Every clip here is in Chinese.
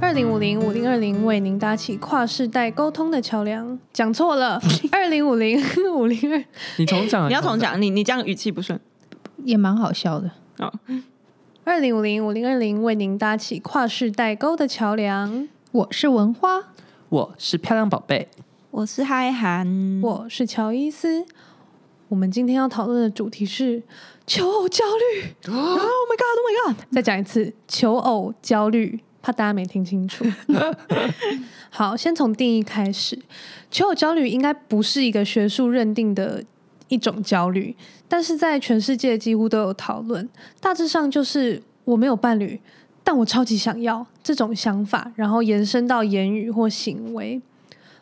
二零五零五零二零为您搭起跨世代沟通的桥梁。讲错了，二零五零五零二你重讲，啊你要重，讲，你你这样语气不顺。也蛮好笑的。二零五零五零二零为您搭起跨世代沟的桥梁。我是文花，我是漂亮宝 贝，我是嗨韩，我是乔伊斯。我们今天要讨论的主题是求偶焦虑。 Oh my God，Oh my God，再讲一次，求偶焦虑，怕大家没听清 楚。好，先从定义开始。求偶焦虑应该不是一个学术认定的一种焦虑，但是在全世界几乎都有讨论。大致上就是我没有伴侣，但我超级想要这种想法，然后延伸到言语或行为。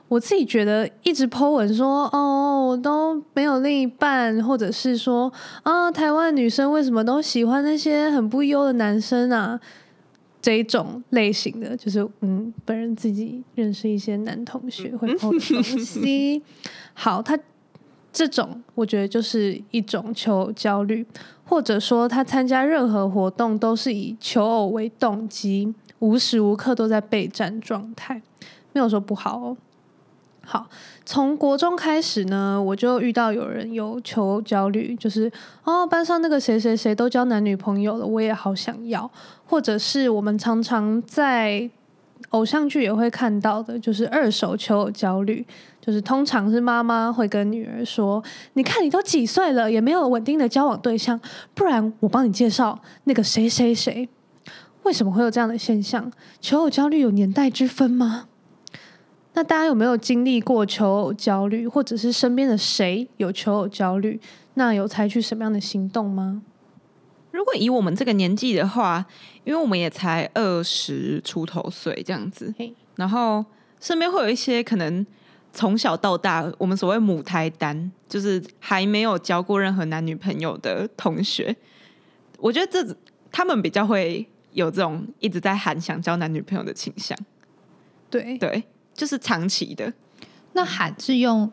我自己觉得一直 Po 文说哦，我都没有另一半，或者是说啊，台湾女生为什么都喜欢那些很不优的男生啊？这一种类型的，就是嗯，本人自己认识一些男同学会 Po 的东西。 好，他这种我觉得就是一种求偶焦虑，或者说他参加任何活动都是以求偶为动机，无时无刻都在备战状态，没有说不好哦。好，从国中开始呢，我就遇到有人有求偶焦虑，就是哦，班上那个谁谁谁都交男女朋友了，我也好想要，或者是我们常常在偶像剧也会看到的，就是二手求偶焦虑，就是通常是妈妈会跟女儿说：“你看你都几岁了，也没有稳定的交往对象，不然我帮你介绍那个谁谁谁。”为什么会有这样的现象？求偶焦虑有年代之分吗？那大家有没有经历过求偶焦虑，或者是身边的谁有求偶焦虑？那有采取什么样的行动吗？如果以我们这个年纪的话，因为我们也才二十出头岁这样子嘿，然后身边会有一些可能从小到大，我们所谓母胎单，就是还没有交过任何男女朋友的同学，我觉得这他们比较会有这种一直在喊想交男女朋友的倾向，对，对，就是长期的，那喊是用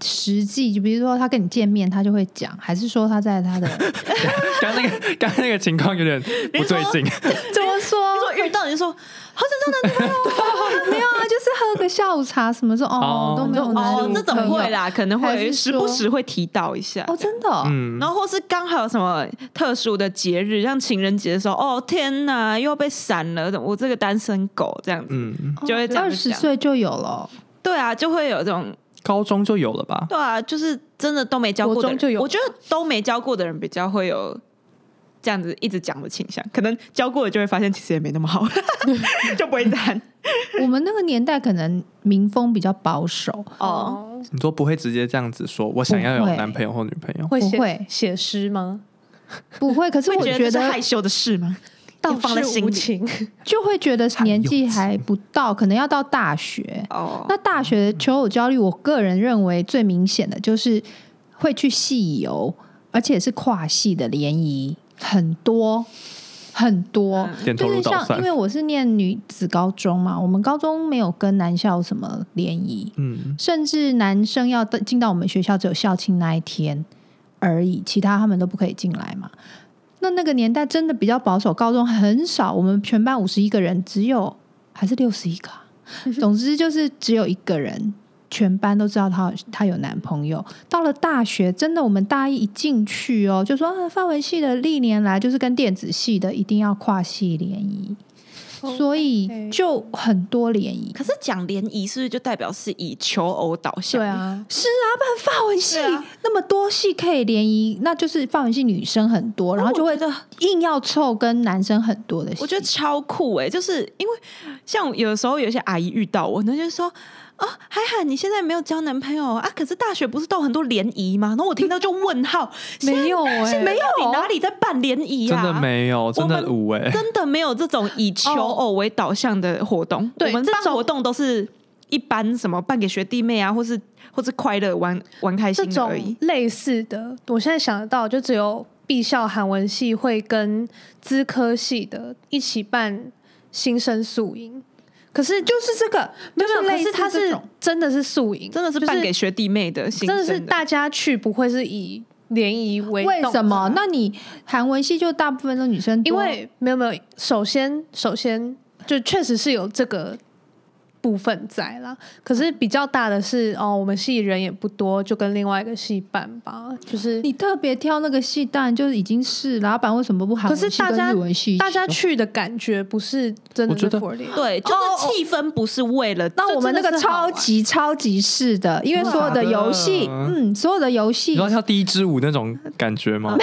实际，就比如说他跟你见面，他就会讲，还是说他在 他的刚刚那个刚刚那个情况有 点不对劲，怎么他说？说遇到你就说好想交男女朋友没有啊？就是喝个下午茶什么时候哦哦都没有男哦女，这朋种友会啦，可能还会是时不说时会提到一下，哦，真的哦、嗯，然后或是刚好有什么特殊的节日，像情人节的时候，哦天哪，又被闪了，我这个单身狗这样子，嗯，就会这样哦二子十讲岁就有了哦、对啊，就会有这种，高中就有了吧？对啊，就是真的都没交过国的中人，就有我觉得都没交过的人比较会有这样子一直讲的倾向，可能交过了就会发现其实也没那 么好，就不会谈我们那个年代可能民风比较保守，哦。哦，你说不会直接这样子说，我想要有不会男朋友或女朋友，会不写会写诗吗？不会。可是会我觉得觉这是得害羞的事吗？道放在是心无里情，就会觉得年纪还不到，可能要到大学。哦，那大学的求偶焦虑，我个人认为最明显的就是会去系游，而且是跨系的联谊，很多很嗯多。点头就如是捣像，蒜因为，我是念女子高中嘛，我们高中没有跟男校什么联谊，嗯，甚至男生要到进到我们学校只有校庆那一天而已，其他他们都不可以进来嘛。那那个年代真的比较保守，高中很少，我们全班五十一个人，只有还是六十一个啊、总之就是只有一个人，全班都知道她她有男朋友。到了大学，真的我们大一一进去哦，就说啊，范文系的历年来就是跟电子系的一定要跨系联谊，所以就很多联谊。可是讲联谊是不是就代表是以求偶导向？对，啊，是啊，不然法文系、对啊那么多系可以联谊，那就是法文系女生很多，然后就会硬要凑跟男生很多的系。我觉得超酷哎、就是因为像有时候有些阿姨遇到我，那就说啊，海涵你现在没有交男朋友啊？可是大学不是都有很多联谊吗？然后我听到就问号， 没有哎，没有，你哪里在办联谊真啊？的。没有，真的我们五哎，真的没有这种以求偶为导向的活动，对我们办这种活动都是一般什么办给学弟妹啊，或是或是快乐玩玩开这心的而已种。类似的，我现在想得到就只有必校韩文系会跟资科系的一起办新生宿营，可是就是这个没有，就是可类是似它这是种真的是宿营，真的是就办给学弟妹的，新真的生是大家去不会是以联谊为为动啊什么机？那你韩文系就大部分都女生多，因为没有没有，首先首先就确实是有这个部分在啦。可是比较大的是哦，我们系人也不多，就跟另外一个系办吧，就是你特别挑那个系，当然就已经是老板为什么不韩可文是系大家跟日文系一起大家做去的感觉不是真的我觉是得 f o r 对，哦就是气氛不是为了那那我们那个超级超级是的，因为所有的游戏，真的假的嗯，所有的游你戏知道跳第一支舞那种感觉啊吗？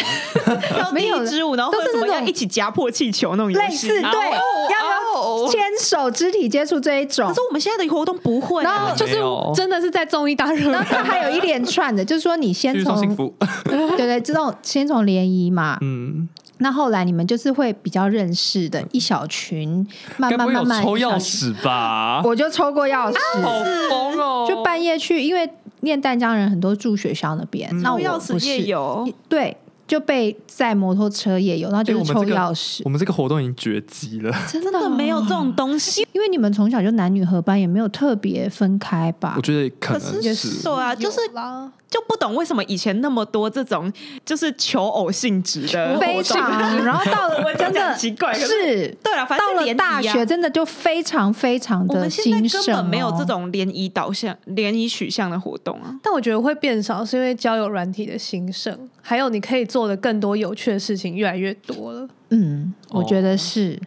跳没第有一支舞，然后都或是者什么那种要一起夹破气球那种游类戏似对，要啊不哦要哦牵手、肢体接触这一种可是。我们现在的活动不会然啊，后就是没有真的是在综艺大热门然后它还有一连串的，就是说你去先送幸从福，对对，这种先从联谊嘛，嗯，那后来你们就是会比较认识嗯的一小群，慢该不慢会有慢慢抽一小钥群，匙吧？我就抽过钥好匙，疯哦！就半夜去，因为念淡江人很多住学校那边，那然我后嗯钥不匙是夜游，对，就被载摩托车也有，然后哎就是我们抽这个钥匙我。们这个活动已经绝迹了，啊真的没有这种东西。因为你们从小就男女合班，也没有特别分开吧我？觉得可可能是是对啊，就是有啦就不懂为什么以前那么多这种就是求偶性质的 非活 动常， 然后到了我真讲的很奇怪可是是对了，反正到了联谊大啊学，真的就非常非常我的们现在兴根盛、哦，本没有这。种联谊导向、联谊取向的活动啊。但我觉得会变少，是因为交友软体的兴盛，还有你可以做的更多有趣的事情越来越多了。嗯，哦我觉得是、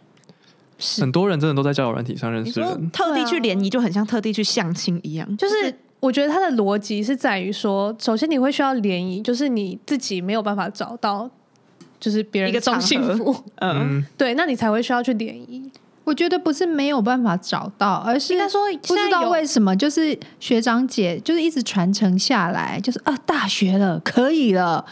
是很多人真的都在交友软体上认你识说人，特地去联谊，就很像特地去相亲一样，就是我觉得它的逻辑是在于说，首先你会需要联谊，就是你自己没有办法找到，就是别人一个场送合幸 福，嗯，嗯，对，那你才会需要去联谊。我觉得不是没有办法找到，而是应该说不知道为什什么，就是学长姐就是一直传承下来，就是啊，大学了，可以了，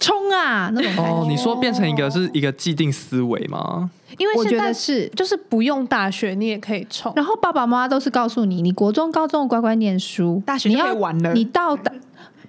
冲啊那种感觉。哦，你说变成一个是一个既定思维吗？因为我觉现得在是。就是不用大学你也可以冲，然后爸爸妈妈都是告诉你，你国中、高中乖乖念书，大学你就可要以玩了。你到大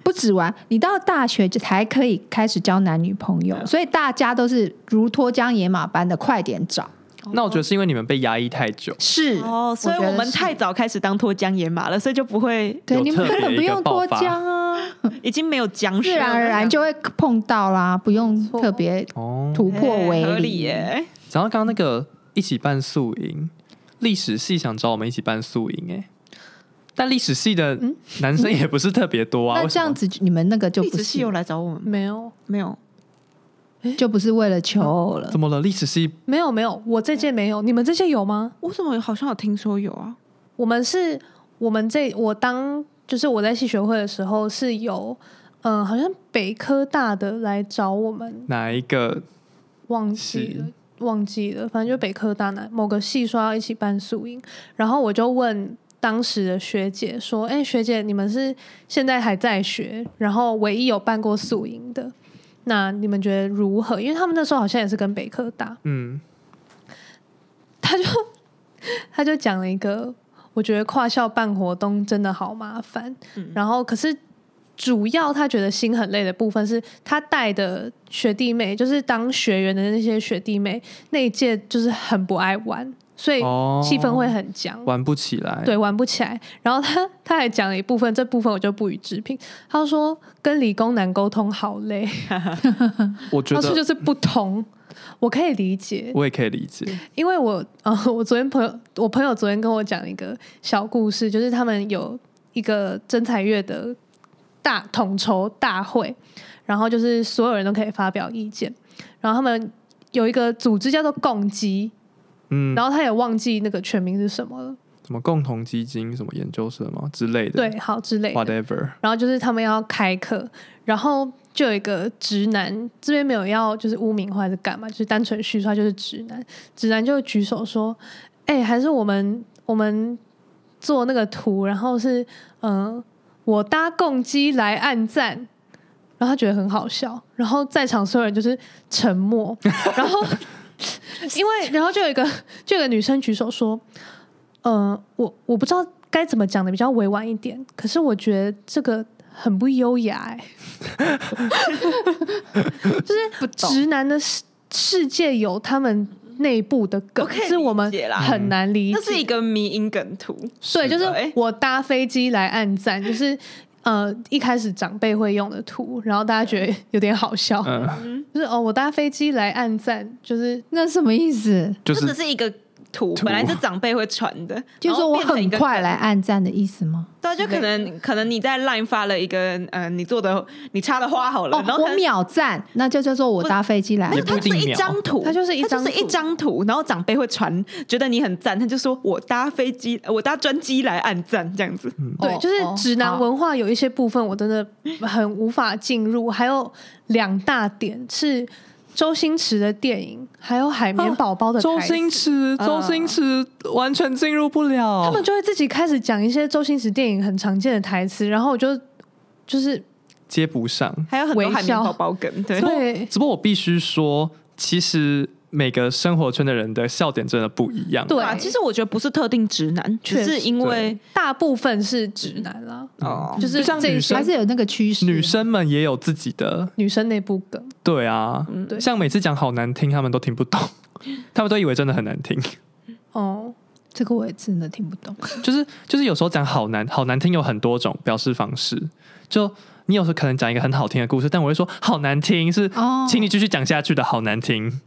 不止玩，你到大学就才可以开始交男女朋啊友，所以大家都是如脱缰野马般的快点找。哦那我觉得是因为你们被压抑太久，是哦，所以觉得我们是太早开始当脱缰野马了，所以就不会，对有你们特别根本不一个用爆脱发缰啊， 已经没有僵自尸了，哎然而然就会碰到啦，不用没错特别哦。突哎破围合理耶。然后刚刚那个一起办宿营，历史系想找我们一起办宿营，哎，但历史系的嗯男生也不是特 别多啊。那为这什样么？子，你们那个就一不直是是有来找我们吗，没有没有？就不是为了求偶了怎。么了？历史系没有没有，我这届没有，你们这届有吗？我怎么好像有听说有啊？我们是，我们这我当就是我在系学会的时候是有，嗯、好像北科大的来找我们，哪一个？忘记是了。忘记了，反正就北科大那某个系说要一起办宿营，然后我就问当时的学姐说：“哎、学姐，你们是现在还在学，然后唯一有办过宿营的，那你们觉得如何？因为他们那时候好像也是跟北科大，嗯，他就他就讲了一个，我觉得跨校办活动真的好麻烦。嗯然后可是主要他觉得心很累的部分是他带的学弟妹，就是当学员的那些学弟妹，那一届就是很不爱玩，所以哦气氛会很僵。玩不起来。对，玩不起来。然后他他还讲了一部分，这部分我就不予置评。他说跟理工男沟通好累，我觉他说得就是不同，我可以理解。我也可以理解。因为我 呃，我昨天朋友，我朋友昨天跟我讲一个小故事，就是他们有一个真彩月的大统筹大会，然后就是所有人都可以发表意见，然后他们有一个组织叫做共基，嗯，然后他也忘记那个全名是什么了，什么共同基金、什么研究社吗之类的？对，好之类的。 ，whatever。然后就是他们要开课，然后就有一个直男，这边没有要就是污名化还是干嘛，就是单纯叙述他就是直男，直男就举手说：“哎、还是我们我们做那个图，然后是嗯、呃我搭共机来暗赞。”然后他觉得很好笑，然后在场所有人就是沉默，然后因为然后就有一个就有一个女生举手说：“呃，我我不知道该怎么讲的比较委婉一点，可是我觉得这个很不优雅、欸，就是直男的世世界有他们内部的梗，我可以是我们理解啦嗯很难理解。那是一个迷因梗图，对，就是是的哎我搭飞机来暗 赞，就是呃一开始长辈会用的图，然后大家觉得有点好笑，哦嗯，就是哦我搭飞机来暗赞，就是那什么意思？就这只是是一个图，图本来是长辈会传的，就是然说后我变成一很个快梗来啊按赞的意思吗？对，啊就可能可能你在 Line 发了一个呃，你做的你插的花好了，哦然，后我它秒赞，那就叫做我不搭飞机来没也有，了。不它一是定一秒张图，它就是一张它就是一图张图，然后长辈会传，觉得你很赞，他就说我搭飞机，呃我搭专机来按赞这样子。嗯对，哦就是哦直男好文化有一些部分我真的很无法进入，还有两大点是周星驰的电影，还有海绵哦啊宝宝的、周星。驰，周星驰完全进入不了。哦他们就会自己开始讲一些周星驰电影很常见的台词，然后我就就是接不上。还有很多微海绵笑宝宝梗，对，对只不过我必须说，其实每个生活圈的人的笑点真的不一样。对啊，其实我觉得不是特定直男，只确实是因为大部分是直男啦，哦，就是就像这一女些生还是有那个趋势。女生们也有自己的，女生内部梗。对啊，对像每次讲好难听，他们都听不懂， 他们都以为真的很难听。 哦，这个我也真的听不懂。就是就是有时候讲好难好难听有很多种表示方式，就你有时候可能讲一个很好听的故事，但我会说好难听，是哦请你继续讲下去的好难听。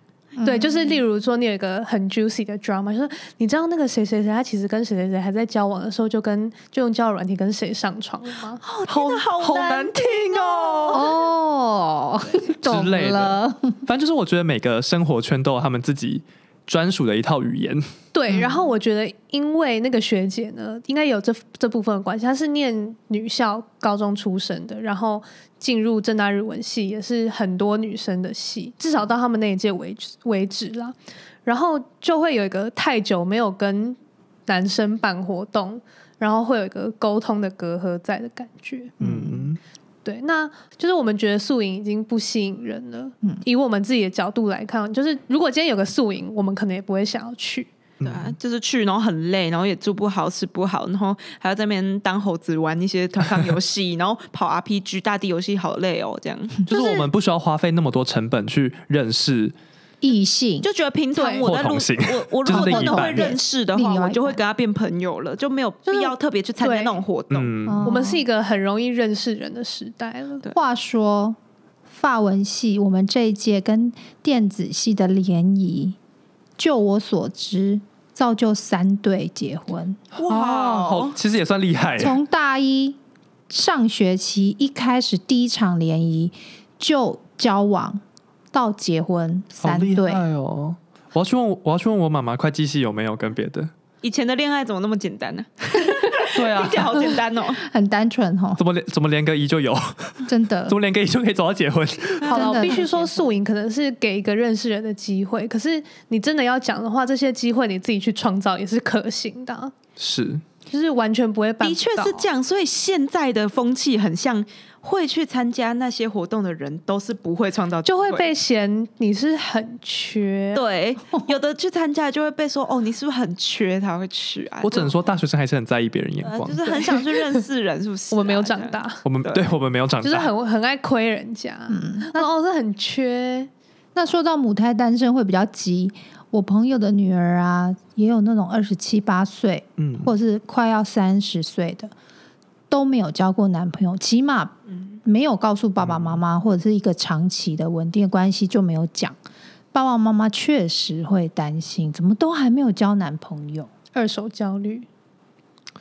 对，嗯就是例如说，你有一个很 juicy 的 drama，就是你知道那个谁谁谁，他其实跟谁谁谁还在交往的时候，就跟就用交友软体跟谁上床了吗？好好好难难听哦！哦，懂之类了的。反正就是我觉得每个生活圈都有他们自己专属的一套语言。对，然后我觉得，因为那个学姐呢，应该有这这部分的关系，她是念女校高中出身的，然后进入正大日文系，也是很多女生的系，至少到他们那一届为止为止啦。然后就会有一个太久没有跟男生办活动，然后会有一个沟通的隔阂在的感觉。嗯，对，那就是我们觉得宿营已经不吸引人了。嗯以我们自己的角度来看，就是如果今天有个宿营，我们可能也不会想要去。嗯对啊，就是去然后很累，然后也住不好，吃不好，然后还要在那边当猴子玩一些团康 游戏，然后跑 RPG 大地游戏，好累哦，这样嗯就是我们不需要花费那么多成本去认识，异性就觉得平常对我在或路同性我我 如就是果另真一的会半认识的另话，外一我半就会跟他变朋友了，就没有就是必要特别去参加那种活动。嗯，哦我们是一个很容易认识人的时代了。对话说，法文系我们这一届跟电子系的联谊，就我所知，造就三对结婚。哦，好，其实也算厉害耶。从大一上学期一开始，第一场联谊就交往到结婚好三厉对，害哦！我要去问我，我要去问我妈妈会计系有没有跟别的。以前的恋爱怎么那么简单呢？对啊听起，来好简单哦。很单纯哦，怎么连怎么连个一就有，真的怎。么连个一就可以走到结婚？好了，真的我必须说，宿营可能是给一个认识人的机会，可是你真的要讲的话，这些机会你自己去创造也是可行的啊、是，就是完全不会办的不确到。是这样，所以现在的风气很像会去参加那些活动的人，都是不会创造机就会会的被嫌你是很缺。对，有的去参加就会被说哦，你是不是很缺才会去啊？我只能说大学生还是很在意别人眼呃光就。是很想去认识人，是不是啊、我们没有这样长，大，我们对我们没有长就是大，很很爱亏人家。嗯，那哦，是很缺。那说到母胎单身会比较急，我朋友的女儿啊，也有那种二十七八岁，嗯，或者是快要三十岁的，都没有交过男朋友，起码没有告诉爸爸妈妈，或者是一个长期的稳定的关系就没有讲。爸爸妈妈确实会担心，怎么都还没有交男朋友？二手焦虑。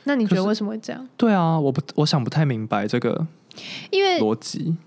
那你觉得为什么会这样？对啊，我不我想不太明白这个因为逻辑。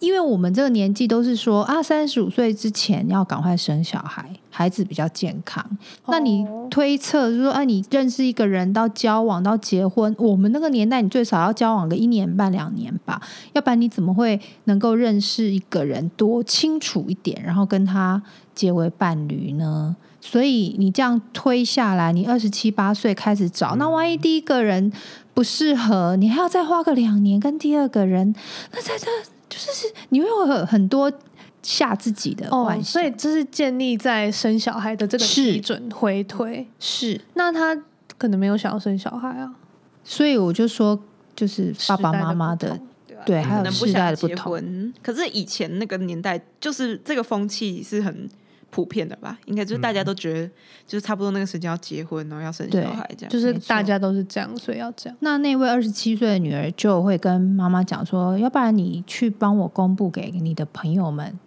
因为我们这个年纪都是说啊，三十五岁之前要赶快生小孩，孩子比较健康。那你哦推测就是说，啊，你认识一个人到交往到结婚，我们那个年代你最少要交往个一年半两年吧，要不然你怎么会能够认识一个人多清楚一点，然后跟他呃结为伴侣呢？所以你这样推下来，你二十七八岁开始嗯找，那万一第一个人不适合，你还要再花个两年跟第二个人，那在这就是你会有很多吓自己的哦幻，想，所以这是建立在生小孩的这个是基准回推。是，那他可能没有想要生小孩啊，所以我就说，就是爸爸妈妈时代的不同，对，还可有能不世代想的不结同，婚。可是以前那个年代，就是这个风气是很普遍的吧？应该就是大家都觉得，就是差不多那个时间要结婚，然后要生对小孩这样。就是没错大家都是这样，所以要这样。那那位二十七岁的女儿就会跟妈妈讲说，要不然你去帮我公布给你的朋友们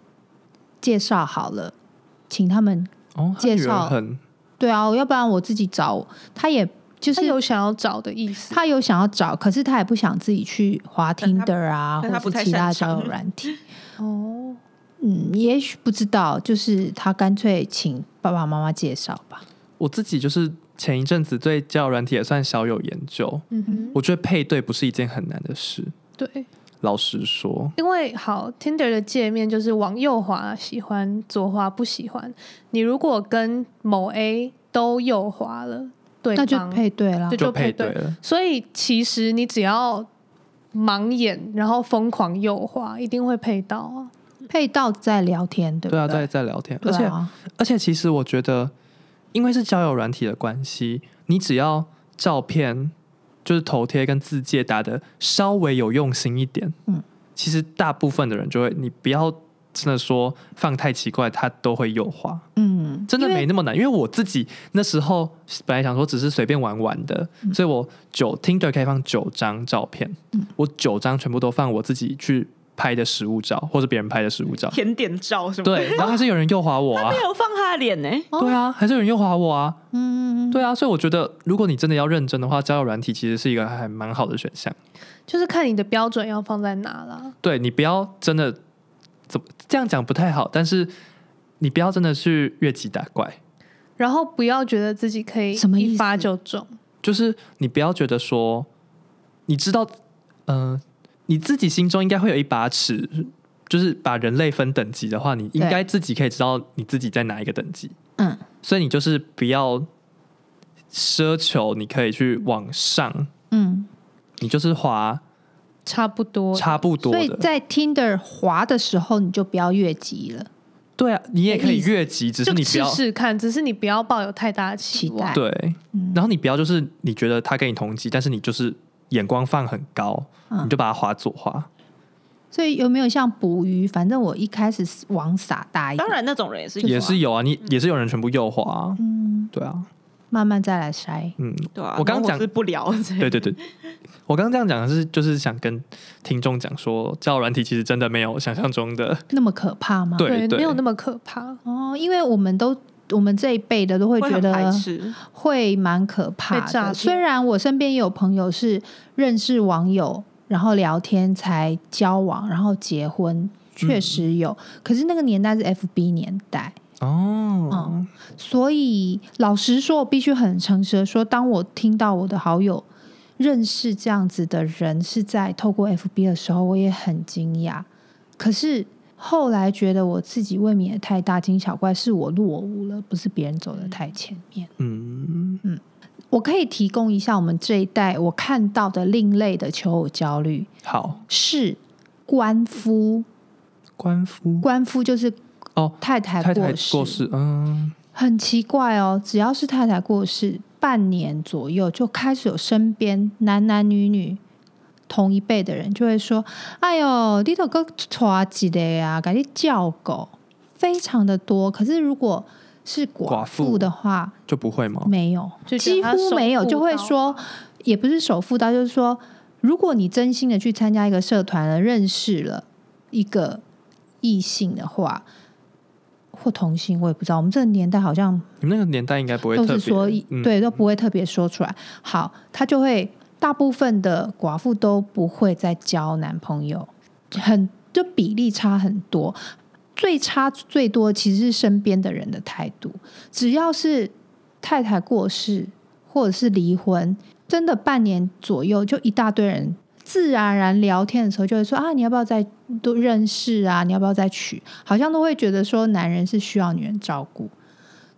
介绍好了，请他们哦，他介女儿绍很对啊，要不然我自己找，他也就是他有想要找的意思。他有想要找，可是他也不想自己去滑但他 Tinder 啊，但他或不者太其他擅交长友软体。哦，嗯，也许不知道，就是他干脆请爸爸妈妈介绍吧。我自己就是前一阵子对交友软体也算小有研究，嗯哼，我觉得配对不是一件很难的事。对，老实说，因为好 Tinder 的界面就是往右滑喜欢，左滑不喜欢。你如果跟某 A 都右滑了，对那就方配对啦对。就就配配对了。所以其实你只要盲眼，然后疯狂右滑，一定会配到啊。配到再聊天，对不对啊，在对？在聊天，而对且啊，而且其实我觉得，因为是交友软体的关系，你只要照片就是头贴跟字界打的稍微有用心一点，嗯，其实大部分的人就会，你不要真的说放太奇怪，他都会有花，嗯，真的因为没那么难。因为我自己那时候本来想说只是随便玩玩的，所以我九 Tinder 可以放九张照片，我九张全部都放我自己去拍的食物照或者别人拍的食物照。甜点照 什么？啊对，然后还是有人诱滑我啊， 没有放他的脸呢、哦对啊，还是有人诱滑我啊。嗯，对啊，所以我觉得，如果你真的要认真的话，交友软体其实是一个还蛮好的选项。就是看你的标准要放在哪啦。对你不要真的怎么这样讲不太好，但是你不要真的去越级打怪，然后不要觉得自己可以什么意思一发就中，就是你不要觉得说，呃你知道，嗯、你自己心中应该会有一把尺，就是把人类分等级的话，你应该自己可以知道你自己在哪一个等级，嗯，所以你就是不要奢求你可以去往上，嗯，你就是滑差不多。差不多所以的。在 Tinder 滑的时候，你就不要越级了。对啊，你也可意以思越级，只是就你不试要试看，只是你不要抱有太大的期期望。待对，嗯然后你不要就是你觉得他跟你同级，但是你就是眼光放很高，嗯你就把它划左划。所以有没有像捕鱼？反正我一开始是网撒大一点，当然，那种人也是有啊也是有啊，你也是有人全部右滑啊，嗯，对啊，慢慢再来筛。嗯，对啊。我刚刚然后讲是不聊之类的， 对对对，我刚刚这样讲的是就是想跟听众讲说，交友软体其实真的没有想象中的，那么可怕吗？对没有那么可怕，哦，因为我们都我们这一辈的都会会觉很得排斥。会蛮可怕被诈的。骗虽然我身边也有朋友是认识网友，然后聊天才交往，然后结婚，确实有。可是那个年代是 FB 年代，哦，所以老实说，我必须很诚实的说，当我听到我的好友认识这样子的人是在透过 FB 的时候，我也很惊讶。可是后来觉得我自己未免也太大惊小怪，是我落伍了，不是别人走的太前面。嗯，我可以提供一下我们这一代我看到的另类的求偶焦虑好，是官夫，官夫官夫就是哦，太太太太过世，过世，嗯，很奇怪哦，只要是太太过世半年左右，就开始有身边男男女女同一辈的人就会说：“哎呦，你都个抓几的呀，赶紧叫狗。”非常的多。可是如果是寡寡妇妇的话，就不会吗？没有，就觉得几他乎没有，手就不会到说，也不是首付到，就是说，如果你真心的去参加一个社团了，认识了一个异性的话，或同性，我也不知道，我们这个年代好像你们那个年代应该不会都特是别，说一、嗯对，都不会特别说出来。好，他就会大部分的寡妇都不会再交男朋友，很就比例差很多。最差最多其实是身边的人的态度，只要是太太过世或者是离婚，真的半年左右就一大堆人。自然而然聊天的时候就会说啊，你要不要再多认识啊？你要不要再娶？好像都会觉得说男人是需要女人照顾，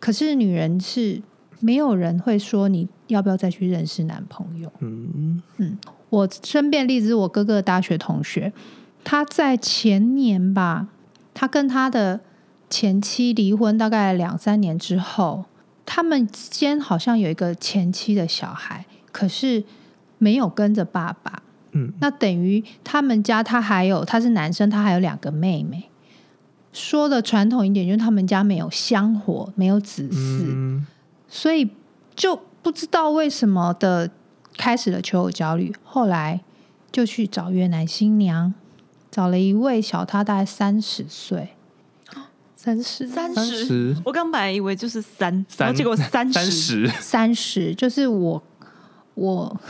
可是女人是没有人会说你要不要再去认识男朋友。嗯，我身边的例子，是我哥哥的大学同学，他在前年吧，他跟他的前妻离婚，大概两三年之后，他们之间好像有一个前妻的小孩，可是没有跟着爸爸。嗯，那等于他们家他还有他是男生，他还有两个妹妹。说的传统一点，就是他们家没有香火，没有子嗣。嗯，所以就不知道为什么的开始了求偶焦虑，后来就去找越南新娘，找了一位小他大概三十岁，三十，三三十十我刚本来以为就是三，然三，后结果三三十，十，三十，就是我我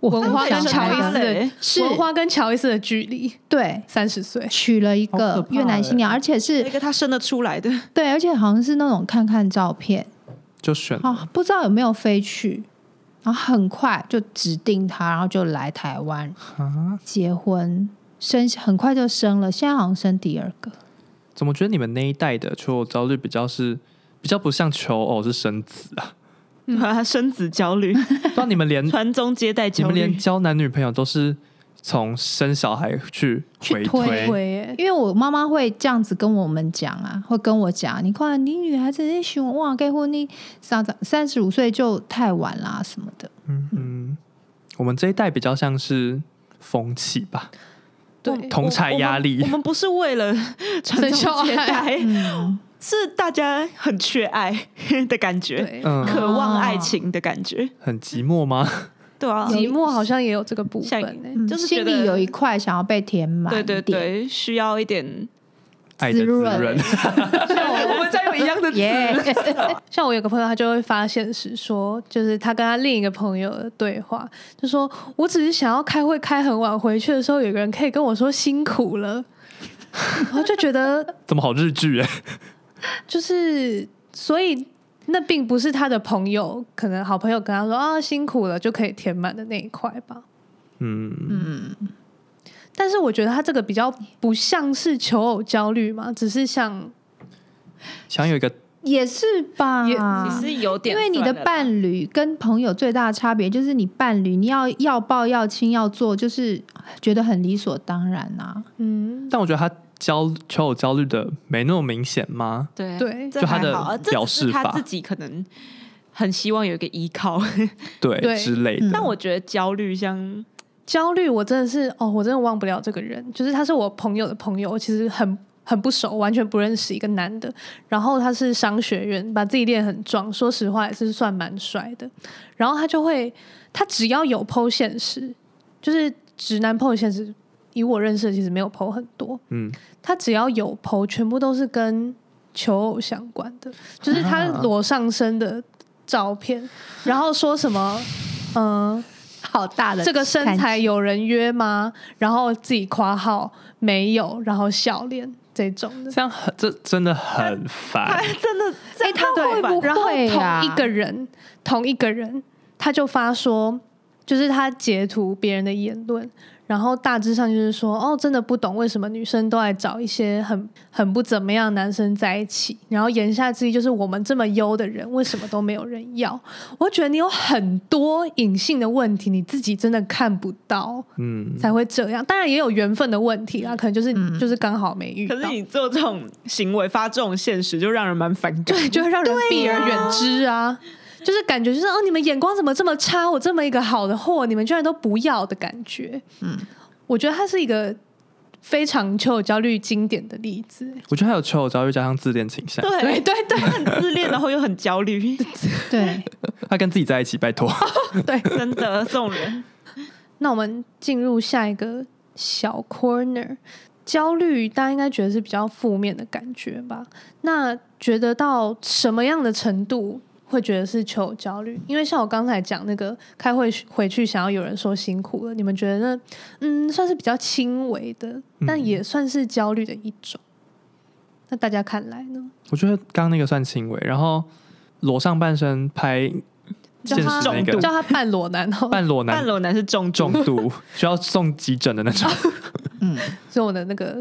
我文化想跟跟乔乔伊伊斯斯的的是文化跟乔伊斯的距离，对三十岁，娶了一好可个怕越南新娘，而且是一个他生得出来的，对，而且好像是那种看看照片，就选啊，不知道有没有飞去，然后很快就指定他，然后就来台湾啊？结婚，生很快就生了，现在好像生第二个，怎么觉得你们那一代的求偶焦虑比较是比较不像求偶是生子 啊？嗯他生子焦虑，让你们连传宗接代嗯你焦们连虑，交男女朋友都是从生小孩去去回推推，对耶，因为我妈妈会这样子跟我们讲啊，会跟我讲，你看你女孩子你想哇结婚你三三十五岁就太晚啦、什么的，嗯嗯，我们这一代比较像是风气吧，对，同才压力我们我们不是为 了传宗接代，嗯，是大家很缺爱 的感觉，对，嗯，渴望啊爱情的感觉，很寂寞吗？ 对啊，寂寞好像也有这个部分像耶嗯就是心觉得里有一块想要被填满，对对，对，需要一点，爱的滋润润，我们家有一样的耶、像我有个朋友，他就会发现是说，就是他跟他另一个朋友的对话，就说我只是想要开会开很晚，回去的时候有个人可以跟我说辛苦了， 然后就觉得 怎么好日剧哎、就是，所以那并不是他的朋友，可能好朋友跟他说啊辛苦了就可以填满的那一块吧。嗯，嗯，但是我觉得他这个比较不像是求偶焦虑嘛，只是像想有一个也是吧，也其实有点啊算因为了啦，你的伴侣跟朋友最大的差别就是，你伴侣你要要抱要亲要做，就是觉得很理所当然啊。嗯，但我觉得他焦求偶焦虑的没那么明显吗？对对这就他还的好啊这只表是示他法自己可能很希望有一个依靠，对对之类的，嗯但我觉得焦虑像焦虑，我真的是哦，我真的忘不了这个人，就是他是我朋友的朋友，我其实很很不熟，完全不认识一个男的。然后他是商学院，把自己练很壮，说实话也是算蛮帅的。然后他就会，他只要有剖现实，就是直男剖现实，以我认识的其实没有剖很多，嗯，他只要有剖，全部都是跟求偶相关的，就是他啊裸上身的照片，然后说什么，嗯、好大的这个身 感材有人约吗？然后自己夸号没有，然后笑脸这种的。这样很这真的很他烦，真 的，哎、他会不然后会啊同一个人，同一个人，他就发说，就是他截图别人的言论，然后大致上就是说，哦，真的不懂为什么女生都爱找一些很很不怎么样的男生在一起。然后言下之意就是，我们这么优的人，为什么都没有人要？我觉得你有很多隐性的问题，你自己真的看不到。嗯，才会这样。当然也有缘分的问题啦，可能就是、嗯就是刚好没遇到可，是你做这种行为，发这种现实，就让人蛮反感。对，就会让人避而远之啊。就是感觉就是哦，你们眼光怎么这么差？我这么一个好的货，你们居然都不要的感觉。嗯嗯，我觉得它是一个非常求偶焦虑经典的例子。我觉得还有求偶焦虑加上自恋倾向，对对，对对很自恋，然后又很焦虑，对，他跟自己在一起，拜托， 对。真的这种人，那我们进入下一个小 corner，焦虑大家应该觉得是比较负面的感觉吧？那觉得到什么样的程度会觉得是求偶焦虑？因为像我刚才讲那个开会回去想要有人说辛苦了，你们觉得那嗯算是比较轻微的，但也算是焦虑的一种。那大家看来呢？我觉得刚刚那个算轻微，然后裸上半身拍叫现实他那个叫他半裸男哦， 半裸半男裸男是重重重，度需要送急诊的那种，嗯，所以我的那个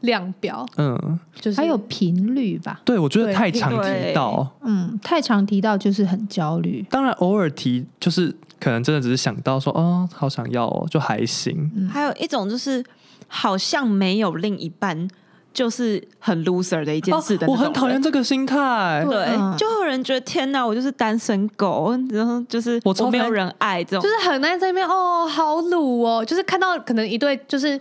量表嗯，就是还有频率吧，对我觉得对太常提对到，嗯，太常提到就是很焦虑，当然偶尔提就是可能真的只是想到说哦，好想要哦，就还行，嗯，还有一种就是好像没有另一半，就是很 loser 的一件事的、哦我很讨厌。这个心态，对嗯对，就会有人觉得天哪，我就是单身狗，然后就是我超没有讨厌人爱这种，就是很爱在那边哦，好鲁哦，就是看到可能一对就是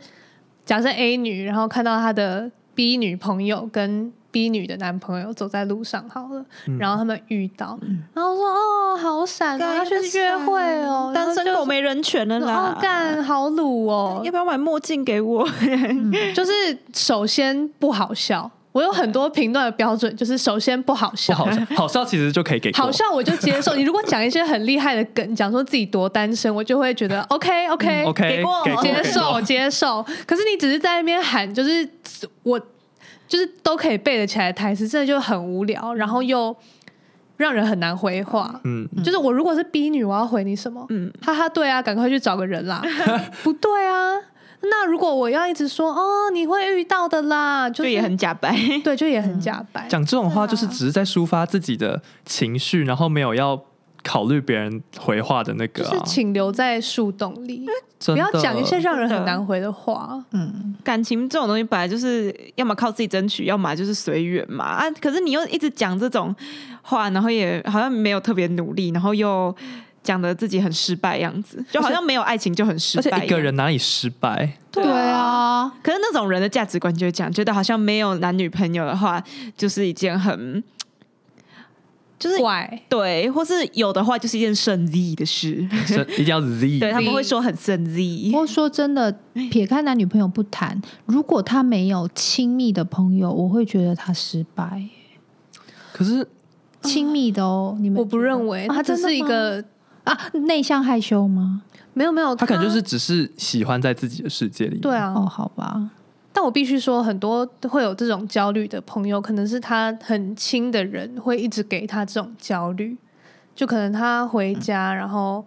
假设 A 女，然后看到她的 B 女朋友跟 B 女的男朋友走在路上好了，嗯然后他们遇到，然后说哦好闪哦，干要去约会哦，嗯单身狗啊嗯没没人权了啦哦。干好鲁哦嗯要，不要买墨镜给我？就是首先不好笑，我有很多评断的标准，就是首先不好不笑，好笑，好笑其实就可以给过好笑我就接受。你如果讲一些很厉害的梗，讲说自己多单身，我就会觉得 OK OK，,、 OK，给过给过哦接给过受接受。可是你只是在那边喊，就是我就是都可以背得起来的台词，真的就很无聊，然后又让人很难回话。嗯，就是我如果是 B 女，我要回你什么？嗯，哈哈，对啊，赶快去找个人啦。不对啊，那如果我要一直说哦，你会遇到的啦，就就是也很假白。 对，就也很假白。讲这种话就是只是在抒发自己的情绪，然后没有要考虑别人回话的那就个是啊，请留在树洞里，真不的要讲一些让人很真的难回的话。嗯，感情这种东西本来就是要么靠自己争取，要么就是随缘嘛啊！可是你又一直讲这种话，然后也好像没有特别努力，然后又讲的自己很失败样子，就好像没有爱情就很失而败且样。一个人哪里失 败？对啊，可是那种人的价值观就是这样，觉得好像没有男女朋友的话，就是一件很就是怪，对，或是有的话就是一件胜利的事。是一定要 Z，对他们会说很胜利不，过说真的，撇开男女朋友不谈，如果他没有亲密的朋友，我会觉得他失败。可是亲密的哦，你们我不觉得认为啊他只真的是一吗个啊内向害羞吗？没有没有，他可能就是只是喜欢在自己的世界里。对，啊。哦，好吧，但我必须说，很多会有这种焦虑的朋友，可能是他很亲的人会一直给他这种焦虑，就可能他嗯回家，然后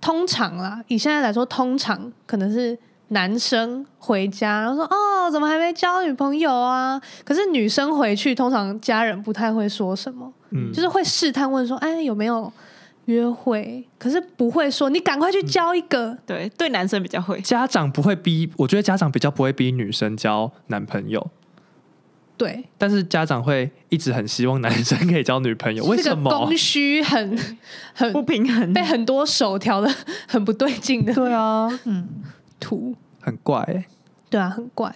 通常啦，以现在来说，通常可能是男生回家，然后说哦，怎么还没交女朋友啊？可是女生回去，通常家人不太会说什么，嗯，就是会试探问说，哎，有没有约会？可是不会说你赶快嗯去交一个，对对，男生比较会。家长不会逼，我觉得家长比较不会逼女生交男朋友，对，但是家长会一直很希望男生可以交女朋友，为这什个么供？需很 很不平衡呃被，很多手调的 很不嗯对劲的对啊，嗯，图，很怪、欸。对啊，很怪。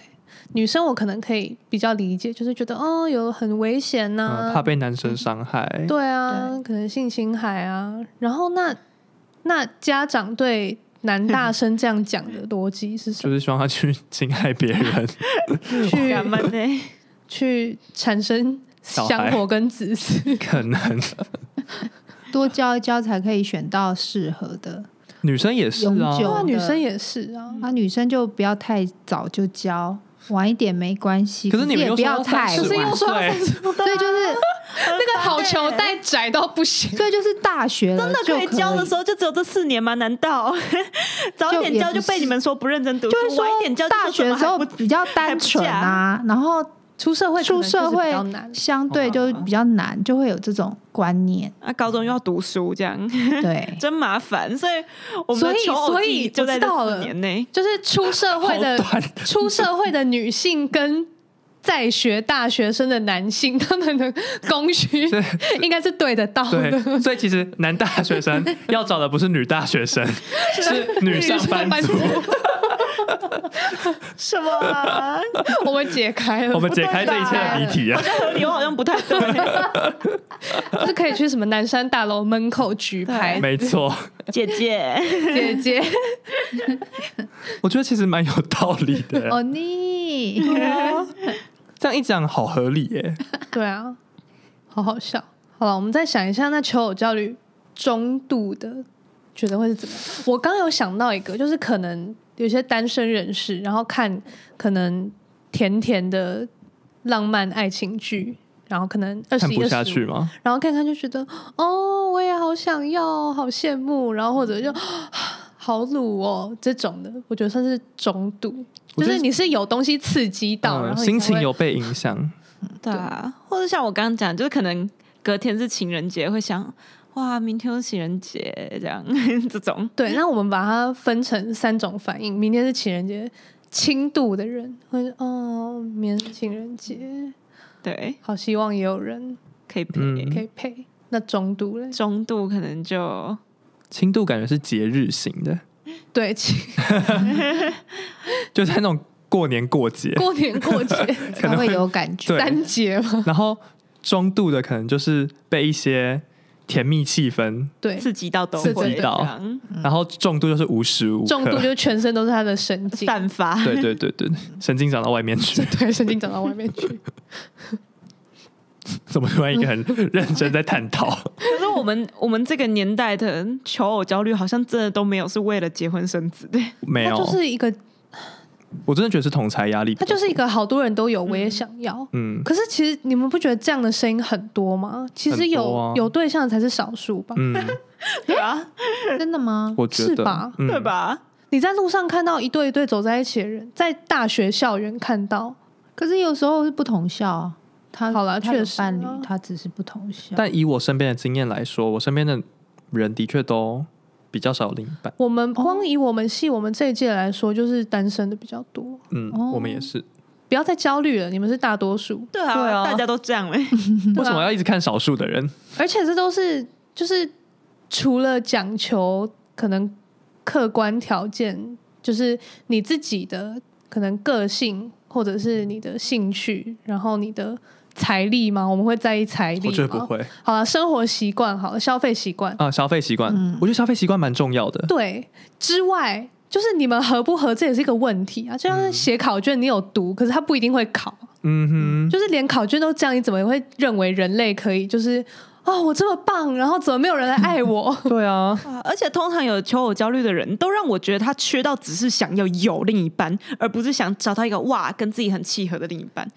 女生我可能可以比较理解，就是觉得哦，有很危险呐、嗯，怕被男生伤害。对啊，可能性侵害啊。然后那那家长对男大生这样讲的逻辑是什就么？是希望他去侵害别人，去干嘛呢？去产生小香孩火跟子嗣，可能 多交一交才可以选到适合的。女生也是啊永，久哇，的女生也是嗯啊。啊，女生就不要太早就交，晚一点没关系。可是你们也又不说要要太30可晚，是又说要对三十五所以就是那个好球带窄到不行，所以就是大学真的呃就可以交的时候，候就只有这四年吗？难道 早一点交就被你们说不认真读就书，是说晚一点交就大说学的时候怎么还不比较单纯啊，然后出社会可出能就是社比会较难，相哦对就比较难，就会有这种观念。 啊，高中又要读书，这样 对，真麻烦。所以我们所的以求偶所记以忆就我在知这道四了年内。 就是出社会 的好短出社会的女性跟在学大学生的男性，他们的供需应该是对得到的。 对，所以其实男大学生要找的不是女大学生，是女上班族。什么、啊？我们解开了，我们解开这一切的谜题啊！合理我好像不太对。 就是可以去什么南山大楼门口举牌，没错，姐姐，姐姐我觉得其实蛮有道理的。哦你，啊这样一讲好合理耶，对啊，好好笑。好了，我们再想一下，那求偶焦虑中度的，觉得会是怎么样？我刚有想到一个，就是可能有些单身人士，然后看可能甜甜的浪漫爱情剧，然后可能二看十一不下去，吗？ 25然后看看就觉得哦，我也好想要，好羡慕，然后或者就。 好鲁哦，这种的，我觉得算是中度，我就觉得是你是有东西刺激到，然后嗯你才心情会有被影响，对啊，或者像我刚刚讲，就是可能隔天是情人节，会想哇，明天是情人节，这样 这种。对，那我们把它分成三种反应。明天是情人节，轻度的人会哦，明天是情人节，对，好希望也有人可以陪。嗯可以陪。那中度嘞？中度可能就轻度感觉是节日型的， 对，轻就在那种过年过节，过年过 节 可才能会会有感觉。对三节嘛，然后中度的可能就是被一些甜蜜气氛，对，刺激到都刺会激这到样然后重度就是无时无刻，嗯重度就是全身都是他的神经，散发。 对对对对，神经长到外 面去。对，神经长到外面去。怎么突然一个很认真在探 讨？可是我们我们这个年代的求偶焦虑，好像真的都没有是为了结婚生子的。 没他有，就是一个，我真的觉得是同才压力比他较。就是一个好多人都有，我也想要。嗯可是其实你们不觉得这样的声音很多吗？其实很有、多啊有对象才是少数吧，嗯，对啊，真的吗？我觉得是吧嗯 对吧？你在路上看到一对一对走在一起的人，在大学校园看到，可是有时候是不同校啊，他好啦他确有实伴侣啊他只是不同校，但以我身边的经验来说，我身边的人的确都比较少有另一半。我们哦光以我们系我们这一届来说，就是单身的比较多。嗯，哦我们也是。不要再焦虑了，你们是大多数，对啊，对啊大家都这样哎、对啊为什么要一直看少数的人？而且这都是就是除了讲求可能客观条件，就是你自己的可能个性或者是你的兴趣，然后你的财力吗？我们会在意财力我吗？觉得不会好了，生活习惯好了，消费习惯，啊，消费习惯，嗯我觉得消费习惯蛮重 要的。对之外。就是你们合不合，这也是一个问题啊！就像是写考卷，你有读，可是他不一定会考。嗯哼，就是连考卷都这样，你怎么会认为人类可以就是哦，我这么棒，然后怎么没有人来爱 我？对啊，哇而且通常有求偶焦虑的人，都让我觉得他缺到只是想要有另一半，而不是想找到一个哇跟自己很契合的另一半，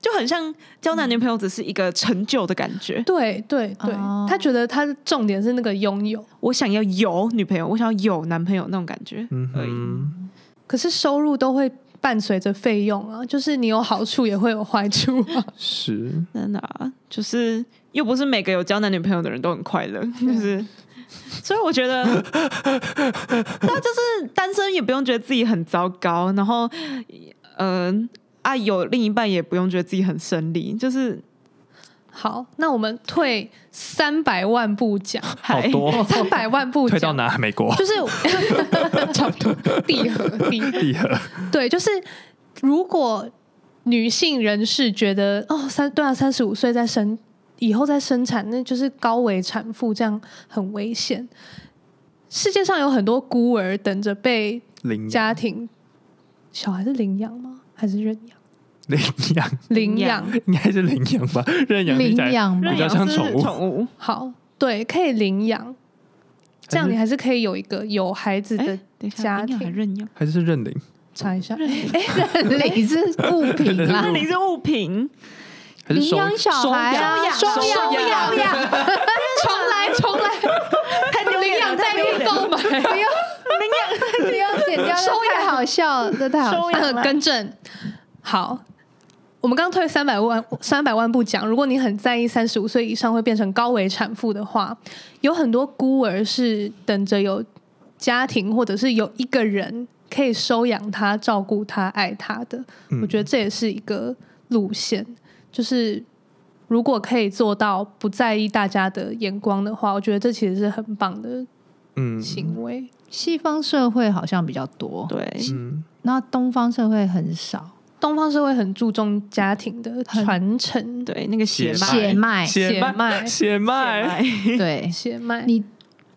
就很像交男女朋友只是一个成就的感觉。对对对，哦他觉得他的重点是那个拥有，我想要有女朋友，我想要有男朋友那种感觉嗯而已。哼，可是收入都会伴随着费用啊，就是你有好处也会有坏处 啊。是真的、啊，就是又不是每个有交男女朋友的人都很快 乐，就是，所以我觉得， 那就是单身也不用觉得自己很糟糕，然后，嗯、啊，有另一半也不用觉得自己很胜利，就是好，那我们退三百万步讲，好还 多三百万步推到讲。哪？美国就是 差不多地和地，地核，对，就是如果女性人士觉得哦，三对啊，三十五岁再生，以后再生产，那就是高危产妇，这样很危险。世界上有很多孤儿等着被 领养家庭小孩是领养吗？还是认养？领养，领领养养应该是领养吧？认养听领起来养嘛比较像宠物宠物，好，对，可以领养，这样还是你还是可以有一个有孩子哎的。等一家下，领养还庭认养，还是认领，查一下，你是物品啊 啦那，你是物品，还是领收养小孩啊，收养双收养养 养，重来重来，太丢领脸养了，代太丢替脸了购买，不 要剪掉，收这太好笑了，这太好笑收了。养呃啦更正，好，我们刚退三百万三百万步讲，如果你很在意三十五岁以上会变成高危产妇的话，有很多孤儿是等着有家庭或者是有一个人可以收养他、照顾他、爱他的。嗯我觉得这也是一个路线，就是。如果可以做到不在意大家的眼光的话，我觉得这其实是很棒的嗯行为。 西方社会好像比较多，对，嗯，那东方社会很少，东方社会很注重家庭的很传承，对，那个血血脉，血血 血脉脉脉血脉，血对。血脉。你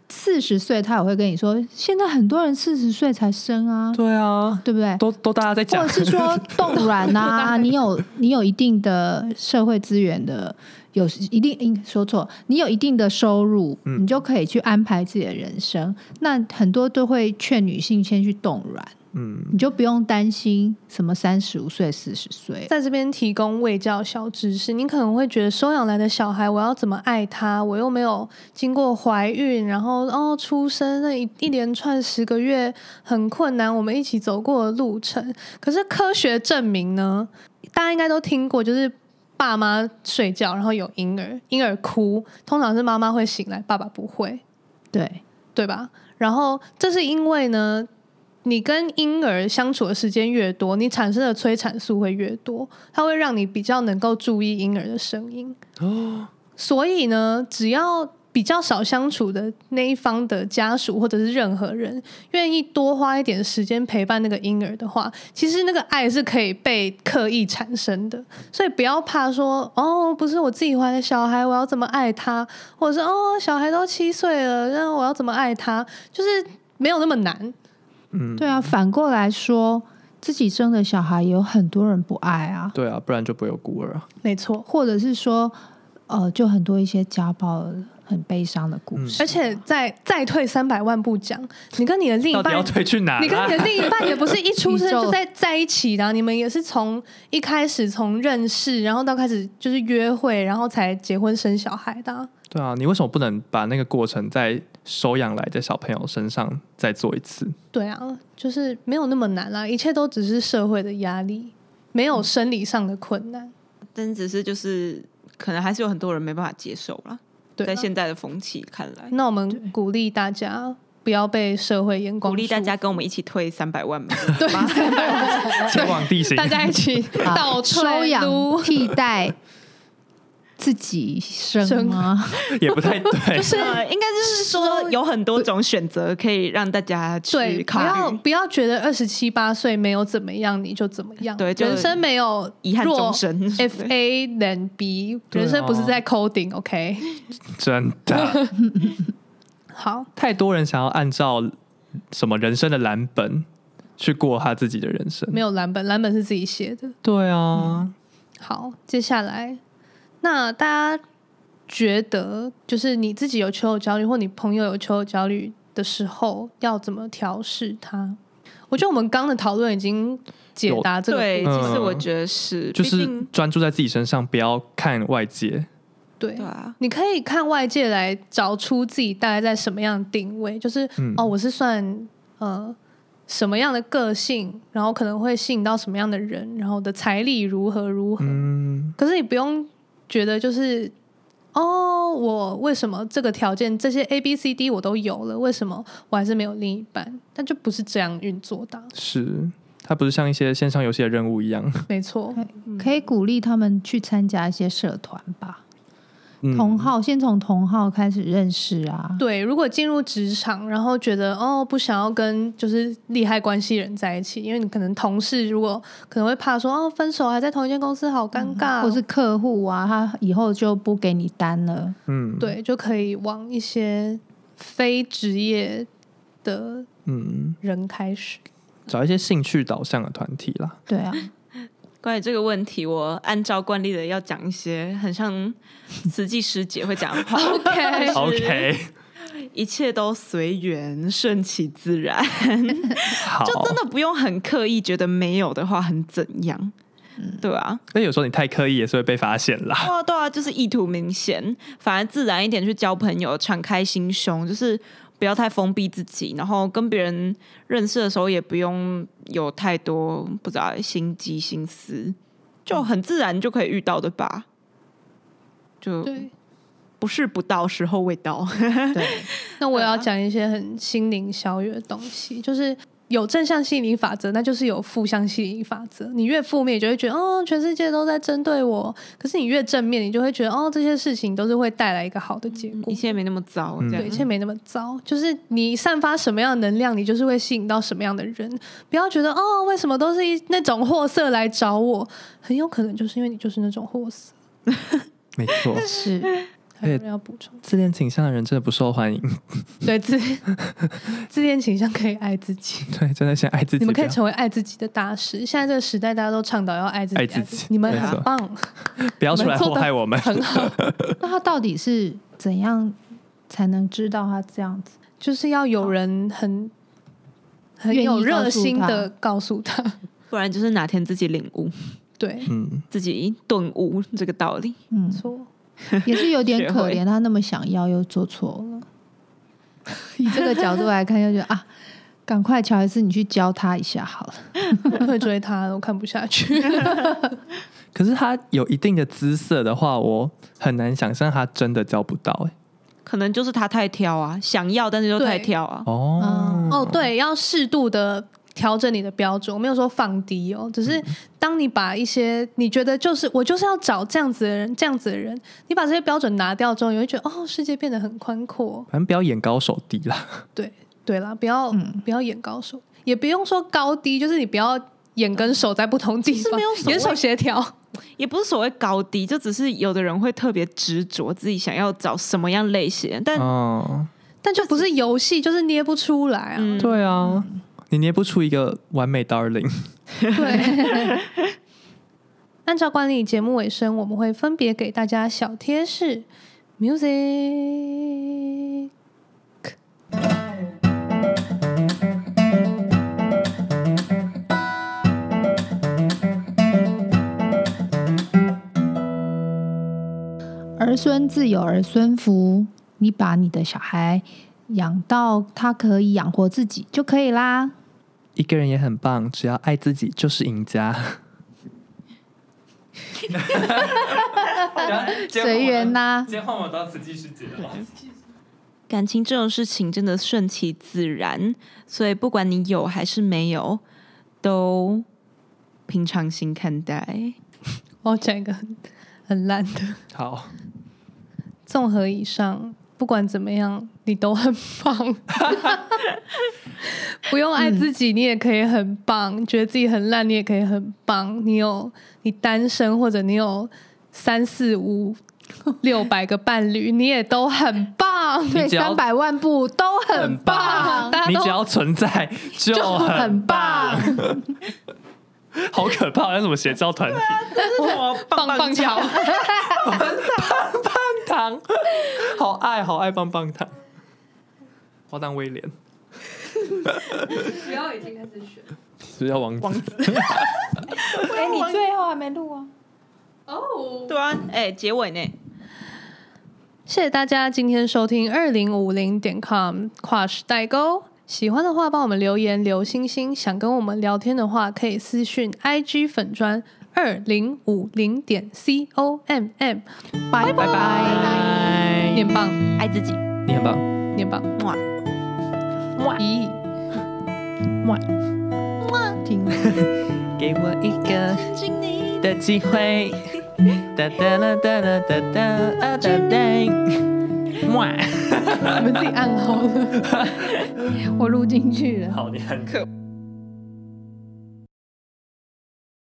四十岁，他也会跟你说，现在很多人四十岁才生啊，对啊，对不对？都都大家在讲或者，是说冻卵 啊，你有你有一定的社会资源的，有一定应说错，你有一定的收入，嗯你就可以去安排自己的人生。那很多都会劝女性先去冻卵，嗯，你就不用担心什么三十五岁、四十岁。在这边提供卫教小知识，你可能会觉得收养来的小孩，我要怎么爱他？我又没有经过怀孕，然后哦出生那一一连串十个月很困难，我们一起走过的路程。可是科学证明呢，大家应该都听过，就是爸妈睡觉，然后有婴儿，婴儿哭，通常是妈妈会醒来，爸爸不会。对，对吧？然后这是因为呢，你跟婴儿相处的时间越多，你产生的催产素会越多，它会让你比较能够注意婴儿的声音。哦，所以呢，只要比较少相处的那一方的家属或者是任何人，愿意多花一点时间陪伴那个婴儿的话，其实那个爱是可以被刻意产生的。所以不要怕说哦，不是我自己怀的小孩，我要怎么爱他，或者是哦，小孩都七岁了，那我要怎么爱他？就是没有那么难。嗯，对啊，反过来说，自己生的小孩也有很多人不爱啊，对啊，不然就不会有孤儿啊。没错，或者是说，呃，就很多一些家暴很悲伤的故事啊、而且再再退三百万步讲，你跟你的另到一底要半推去哪啦？啊你跟你的另一半也不是一出 生宇宙就在在一起的啊、你们也是从一开始从认识，然后到开始就是约会，然后才结婚生小孩的啊、对啊，你为什么不能把那个过程在收养来的小朋友身上再做一次？对啊，就是没有那么难啦、一切都只是社会的压力，没有生理上的困难。但只是就是可能还是有很多人没办法接受啦，对啊在现在的风气看来，那我们鼓励大家不要被社会眼光鼓励大家束跟我们一起退三百 万吧。缚对三百万前往地 形，大家一起倒 啊收退养撸替代自己生生吗？也 不太对。是，应该就是说有很多种选择可以让大家对，去不要考虑。不要觉得二十七八岁没有怎么样你就怎么样，对就人生没有遗憾若终身 F A 能 B，对人生不是哦在 coding，OK？、真的，好，太多人想要按照什么人生的蓝本去过他自己的人生。没有蓝本，蓝本是自己写的。对啊，好，接下来，那大家觉得就是你自己有求偶焦虑，或你朋友有求偶焦虑的时候，要怎么调试它？我觉得我们刚的讨论已经解有答这个对，部嗯其实我觉得是，就毕是竟专注在自己身上，不要看外界。对对啊，你可以看外界来找出自己大概在什么样的定位，就是、嗯哦，我是算呃什么样的个性，然后可能会吸引到什么样的人，然后我的财力如何如何。嗯，可是你不用觉得就是哦，我为什么这个条件这些 A B C D 我都有了，为什么我还是没有另一半？但就不是这样运作的啊，是，它不是像一些线上游戏的任务一样。没错。 可以鼓励他们去参加一些社团吧，嗯同号先从同号开始认识啊。对，如果进入职场，然后觉得哦不想要跟就是利害关系人在一起，因为你可能同事如果可能会怕说哦分手还在同一间公司好尴尬，嗯哦或是客户啊，他以后就不给你单了。嗯，，对就可以往一些非职业的嗯，人开始。，找一些兴趣导向的团体啦。对啊，关于这个问题，我按照惯例的要讲一些很像慈济师姐会讲的话 OK， 是 OK，一切都随缘，顺其自然，好。就真的不用很刻意，觉得没有的话很怎样，对啊，那有时候你太刻意也是会被发现 啦。对啊，对啊，就是意图明显，反而自然一点去交朋友，敞开心胸，就是不要太封闭自己，然后跟别人认识的时候也不用有太多不知道心机心思，就很自然就可以遇到的吧。就对。不是不到，时候未到。对， 那我也要对啊讲一些嗯很心灵小语的东西，就是有正向吸引力法则，那就是有负向吸引力法则。你越负面，你就会觉得哦，全世界都在针对我；可是你越正面，你就会觉得哦，这些事情都是会带来一个好的结果一。切没那么糟，嗯这对，一样切没那么糟。就是你散发什么样的能量，你就是会吸引到什么样的人。不要觉得哦，为什么都是一那种货色来找我？很有可能就是因为你就是那种货色。没错， 是还有人要补充？自恋倾向的人真的不受欢迎。 对，自 自恋倾向可以爱自己。对，真的先爱自己。你们可以不要成为爱自己的大师。现在这个时代，大家都倡导要爱自己，爱自己你们没错很棒，不要出来祸害我们。很好，那他到底是怎样才能知道他这样子？就是要有人很很愿意有告热诉心他的告诉他，不然就是哪天自己领悟、对， 嗯，自己顿悟这个道理。 嗯，错，也是有点学可会怜，他那么想要又做错了。 以这个角度来看，就觉得啊，赶快乔伊斯，你去教他一下好了。我会追他的，我看不下去。可是他有一定的姿色的话，我很难想象他真的交不到、欸。可能就是他太挑啊，想要但是又太对挑啊。嗯哦， 哦，对，要适度的调整你的标准，我没有说放低哦，只是嗯当你把一些你觉得就是我就是要找这样子的人，这样子的人，你把这些标准拿掉之后，你会觉得哦，世界变得很宽阔。反正不要眼高手低啦。对啦，不要、嗯不要眼高手，也不用说高低，就是你不要眼跟手在不同地其实方没有所，谓眼手协调。也不是所谓高低，就只是有的人会特别执着自己想要找什么样类型的，但、嗯，但就不是游戏，就是捏不出来啊。 嗯对啊，你捏不出一个完美 darling。 对。 按照惯例，节目尾声我们会分别给大家小贴士，music。儿孙自有儿孙福，你把你的小孩养到他可以养活自己就可以啦。一个人也很棒，只要爱自己就是赢家。随缘呐、今天换我到慈济师姐了。感情这种事情真的顺其自然，所以不管你有还是没有，都平常心看待。我要哦讲一个很很烂的。好，综合以上，不管怎么样，你都很棒。不用爱自己，你也可以很棒；觉得自己很烂，你也可以很棒。你有你单身，或者你有三四五六百个伴侣，你也都很棒。对，只要三百万步都很棒，大你家只都要存在就就很很棒。 好可怕，像什么邪教团体。我棒棒跳糖，糖，好爱好爱棒棒糖。我要当威廉，不要已经开始选是要王子。 哎、你最后还没录啊？哦。对啊，哎、结尾呢？谢谢大家今天收听二零五零点 com 跨时代沟。喜欢的话，帮我们留言留星星；想跟我们聊天的话，可以私讯 IG 粉砖二零五零点 c o m m。拜拜拜念棒，爱自己，你很棒。念棒，哇哇咦，停。给我一个的机会，哒哒啦哒啦哒哒啊哒哒，哇！你们自己按好了。我录进去了。好，你很可